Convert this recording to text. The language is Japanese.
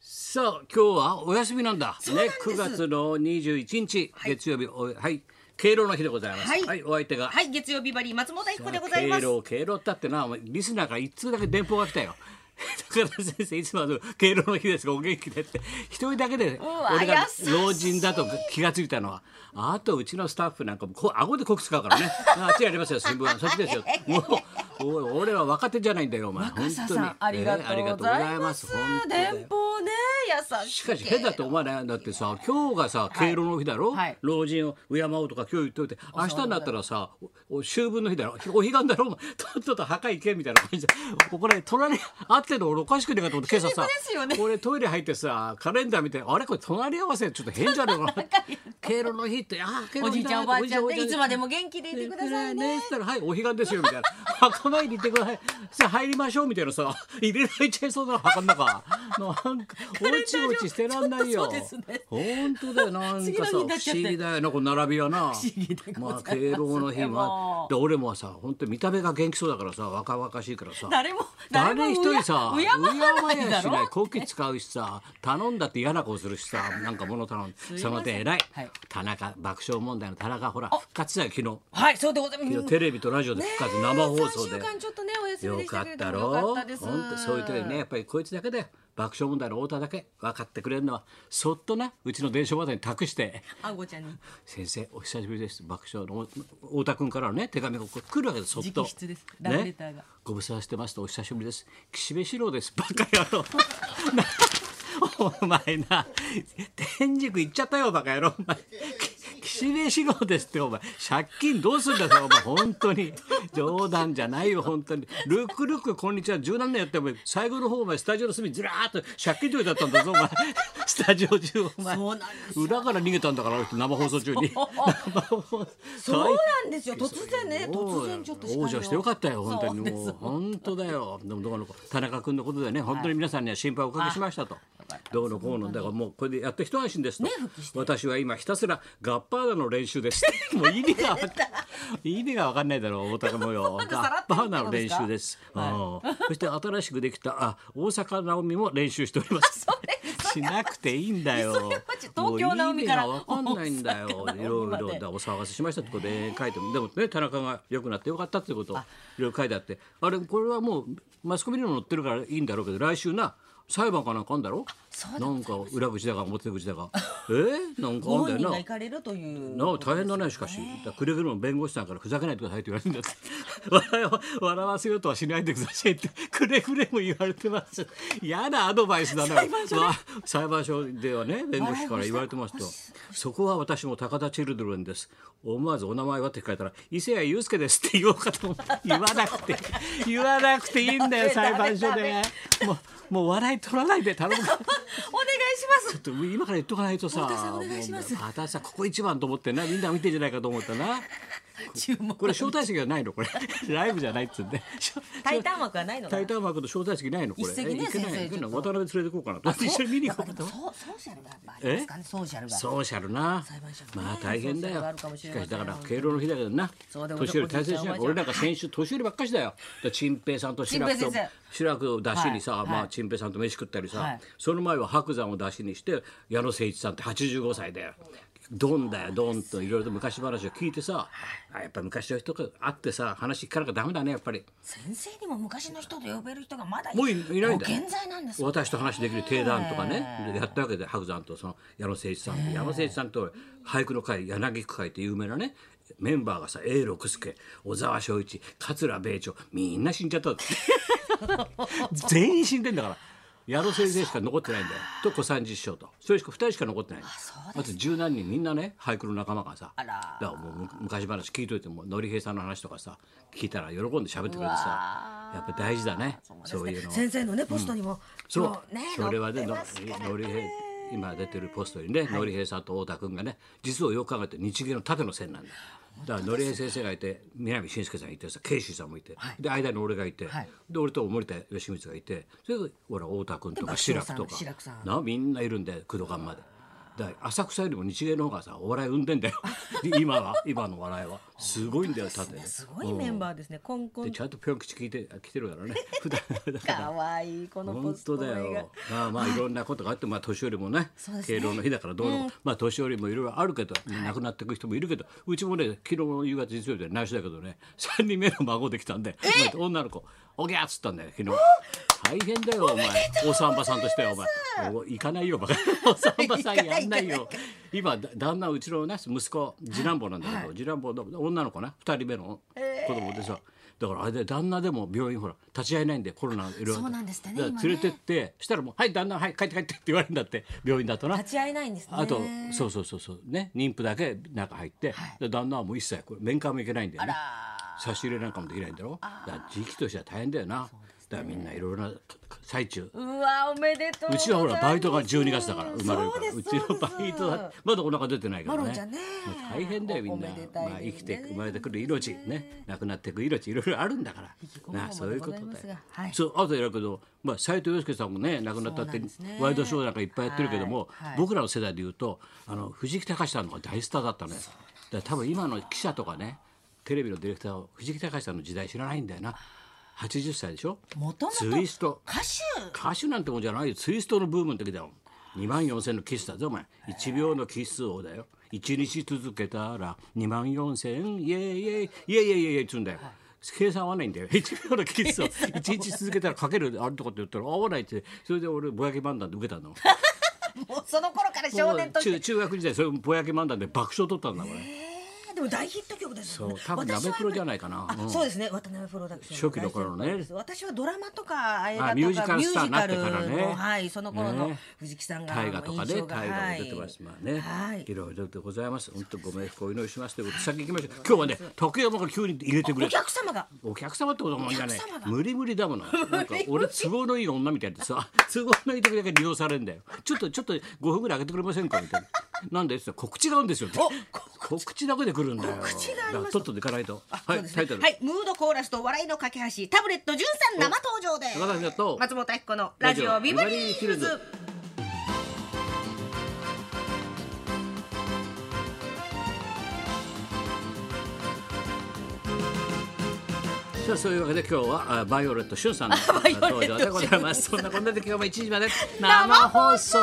さあ今日はお休みなんだうなんねです9月の21日月曜日おはい敬老の日でございますはいはいお相手がはい、月曜日バリー松本彦でございま敬す。老敬老ったってなお前リスナーから一通だけ電報が来たよ 高田先生いつもあの敬老の日ですがお元気でって一人だけでわ俺が優しい老人だと気がついたのはあとうちのスタッフなんかもこう顎でこく使うからね ああっちやりますよ新聞はそっち ですよもうおい俺は若手じゃないんだよお前本笹当にさん、ありがとええありがうとごうござざいいまますす本。当だよ電報ね、優しい。しかし変だと思わないだってさ今日がさ敬老の日だろ、はい老人を敬うとか今日言っといて明日になったらさおお秋分の日だろお彼岸だろお前とっとと墓行けみたいな感じでこれ隣合ってるの俺おかしくねえかと思って今朝さ皮肉ですよね俺トイレ入ってさカレンダー見てあれこれ隣り合わせちょっと変じゃ ねえかな敬老の日ってあー敬老おのじ日いちゃん、おばあちゃんで、いつまでも元気でいてくださいね。ね。ったらはいお彼岸ですよみたいな 墓参り行ってください。さあ入りましょうみたいなさ 入れられちゃいそうだな墓の中。 なんかレンダー上おちおちしてらんないよちょっ とそうですね。本当だよなんかさ次不の日思になっちゃって議だよなこの並びはな。 不思議でございままあす敬老の日ではもで俺もさ本当見た目が元気そうだからさ若々しいからさ。誰も、誰も一人さ敬わないだしないろ。こき使うしさ頼んだって嫌な顔するしさなんか物頼んでその点偉い、はい田中爆笑問題の田中ほら復活だよ昨日はい、そうでございます。いやテレビとラジオで復活、生放送で3週間ちょっとね、お休みよでしかたっけれどたも。ろよ本かったです。当そういう時にねやっぱりこいつだけで爆笑問題の太田だけ分かってくれるのはそっとなうちの電書バタに託してあんごちゃんに。 「先生お久しぶりです爆笑の太田君からのね手紙がこう来るわけですそっと直筆ですラブレターがご無沙汰してますとお久しぶりです岸辺四郎 ですばっかりやろお前な天竺行っちゃったよバカ野郎お前岸辺四郎ですってお前借金どうすんだよお前本当に冗談じゃないよ本当にルックルックこんにちは十何年やってお前最後の方お前スタジオの隅ずらーっと借金取りだったんだぞお前スタジオ中お前そうなん です裏から逃げたんだからあの人生放送中に生放送そうなんですよ。突然ね、そう突然ちょっと司会を。往生してよかったよ本当にそうでもう本当だよでもどうのこう田中君のことでね本当に皆さんには心配をおかけしましたと、どうのこうのだからもうこれでやっと一安心ですと、ね復帰して私は今ひたすらガッパーナの練習 ですもう意味がわかん意味がわかんないだろう大高も よんでガさらっッとパ言ーうナこのとで練すか習ですうんそして新しくできたあ大阪直美も練習しております しなくていいんだよそれはちょっと東京直美からもう意味がわかんないんだよ 大阪いろ直美いまでろだお騒がせしましたってことで書いてもでもね田中が良くなってよかったってこといろいろ書いてあってあれこれはもうマスコミにも載ってるからいいんだろうけど来週な裁判かなんかあんだろなんか裏口だか表口だ かえー、なんかあんごだ本よ人なが行かれると いう。なお大変だねしかしだくれぐれも弁護士さんからふざけないでくださいって言われるんだって笑わ笑わせようとはしないでくださいってくれぐれも言われてます嫌なアドバイスだな裁判所,、裁判所ではね弁護士から言われてますとそこは私も高田チルドレンです思わずお名前はって聞かれたら伊勢谷友介ですって言おうかと思った言わなくて言わなくていいんだ よ裁判所でもうもう笑い取らないで頼むからお願いしますちょっ。と今から言っとかないとさ、太田さんお願いしますもうまたさここ一番と思ってな、みんな見てんじゃないかと思ったな。注目。これ招待席がないのこれ、 ライブじゃないっつっ て。対談枠はないのかタなイ。タンマークと招待席ないのこれ。一席ねえ行けない先生行けないちょっ渡辺連れてこうかなと。一緒に見に行こうかやとっぱり。そうソーシャルがやっぱありますかねソーシャルがソーシャルな判所ねまあ大変だソーシャルよがあるかもししれかませんしだから敬老の日だけどなそうで年寄り大切にしおじいちゃんないおばあちゃん俺なんか先週年寄りばっかしだよだチンペイさんと白くチンとペイ先白くを出汁にさ、はいまはあいチンペイさんと飯食ったりさ、はいその前は白山を出汁にして矢野誠一さんって85歳だよドンだよドンといろいろと昔話を聞いてさあやっぱ昔の人と会ってさ話聞かなきゃダメだねやっぱり先生にも昔の人と呼べる人がまだもういいないんだよもう現在なんですよ私と話できる定談とかねでやったわけで白山とその矢野誠一さんと矢野誠一さんと俳句の会柳句会っていう有名なねメンバーがさ永六輔小沢昭一桂米朝みんな死んじゃ ったって全員死んでんだから矢野先生しか残ってないんだよと小三治師匠とそれしか2人しか残ってないあと十何人みんなね俳句の仲間がさあらだからもうむ昔話聞いといても典平さんの話とかさ聞いたら喜んで喋ってくれてさやっぱ大事だねそういうのは先生のねポストにもそ今う、日ねそれはね、載っのてますからのりへい今出てるポストにね、のりへいさんと太田君がね、実をよく考えて日芸の縦の線なんだ。だからのりへい先生がいて、南信介さんいてさ、慶州さんもいて、で間に俺がいて、はいで俺と森田義満がいて、それでほら太田君とかで白松く尾さんとか志らくさんなみんないるんで工藤館まで。だから浅草よりも日芸の方がさお笑い生んでんだよ 今は今の笑いはすごいんだよ縦ねすごいメンバーですね。コンコでンちゃんとぴょん吉聞いて来てる からね普段だからかわいいこのポ本スト当のだ絵がよ。まあまあいろんなことがあって、まあ年寄りもねそうで、すね敬老の日だからどうの、まあ年寄りもいろいろあるけど、亡くなっていく人もいるけど、うちもね昨日の夕方実曜日で内緒だけどね、 三人目の孫できたんで、まあ女の子、おぎゃーっつったんだよ昨日。大変だよお前おさんばさんとしてはお前お行かないよ バカおさんばさんやんないよ今だ旦那うちのね息子次男坊なんだけど、次男坊の女の子ね二人目の子供でさ、だからあれで旦那でも病院ほら立ち会えないんでコロナいろいろそうなんですってねだから今ね連れてってしたらもう「はい旦那はい帰って帰って」って言われるんだって病院だとな立ち会えないんですね。あとそうそうそうそうね妊婦だけ中入って、で旦那はもう一切これ面会もいけないんだよね差し入れなんかもできないんだろだから時期としては大変だよな、だからみんないろいろな最中うわおめでとううちはほらバイトが12月だから生まれるからそううでちすそうですのバイトはまだお腹出てないけどマロンねちゃんねもう大変だよみんなおめでたいですねまあ生きて生まれてくる命ね亡くなってく命いろいろあるんだからこもごもなあそういうことでございだますよがはいそうあとやるけどまあ斎藤洋介さんもね亡くなったっそうてなんですねワイドショーなんかいっぱいやってるけどもはいはい僕らの世代で言うとあの藤木隆さんの方が大スターだったのよだから多分今の記者とかねテレビのディレクターは藤木隆さんの時代知らないんだよな80歳でしょ元ツ々イスト歌手歌手なんてもんじゃないよツイストのブームの時だよ2万4千のキスだぞお前1秒のキス王だよ1日続けたら2万4千イエイイエイイエイイエイイエイっつうんだよ計算合わないんだよ 1秒のキスを1日続けたらかけるあるとかって言ったら合わないってそれで俺ぼやけ漫談で受け たのもうその頃から少年として中中学時代それもぼやけ漫談で爆笑取ったんだこれ、えーでも大ヒット曲ですよね。そう多分私はナベプロじゃないかなあうんそうですね。渡辺プロダクション。初期の頃ね私はドラマとか映画とあかミュミュージカルースジターになっカてルからねのはいその頃のね藤木さんが大河とかね印大象が河はもい出てますまあね、はいい、ろいろでございます本当ご冥福をお祈りしますということで先行きましょう今日はね竹山が急に入れてくれおた客様がお客様ってこともいらないお客様が無理無理 だものなんか俺都合のいい女みたいでさ都合のいい時だけ利用されるんだよちょっとちょっと5分ぐらい開けてくれませんかみたいななんでって言ったら告知があるんですよって告知だけで来るんだよ知がありだますからとっとと行かないとあはそういですねタイトル、はいムードコーラスと笑いの架け橋タブレットじゅんさん生登場で中田秀人と松本明子のラジオビバリーヒルズさあそういうわけで今日はあバイオレットシュンさんの バイオレ登ット場でございます。そんなこんなで今日も1時まで生生放送。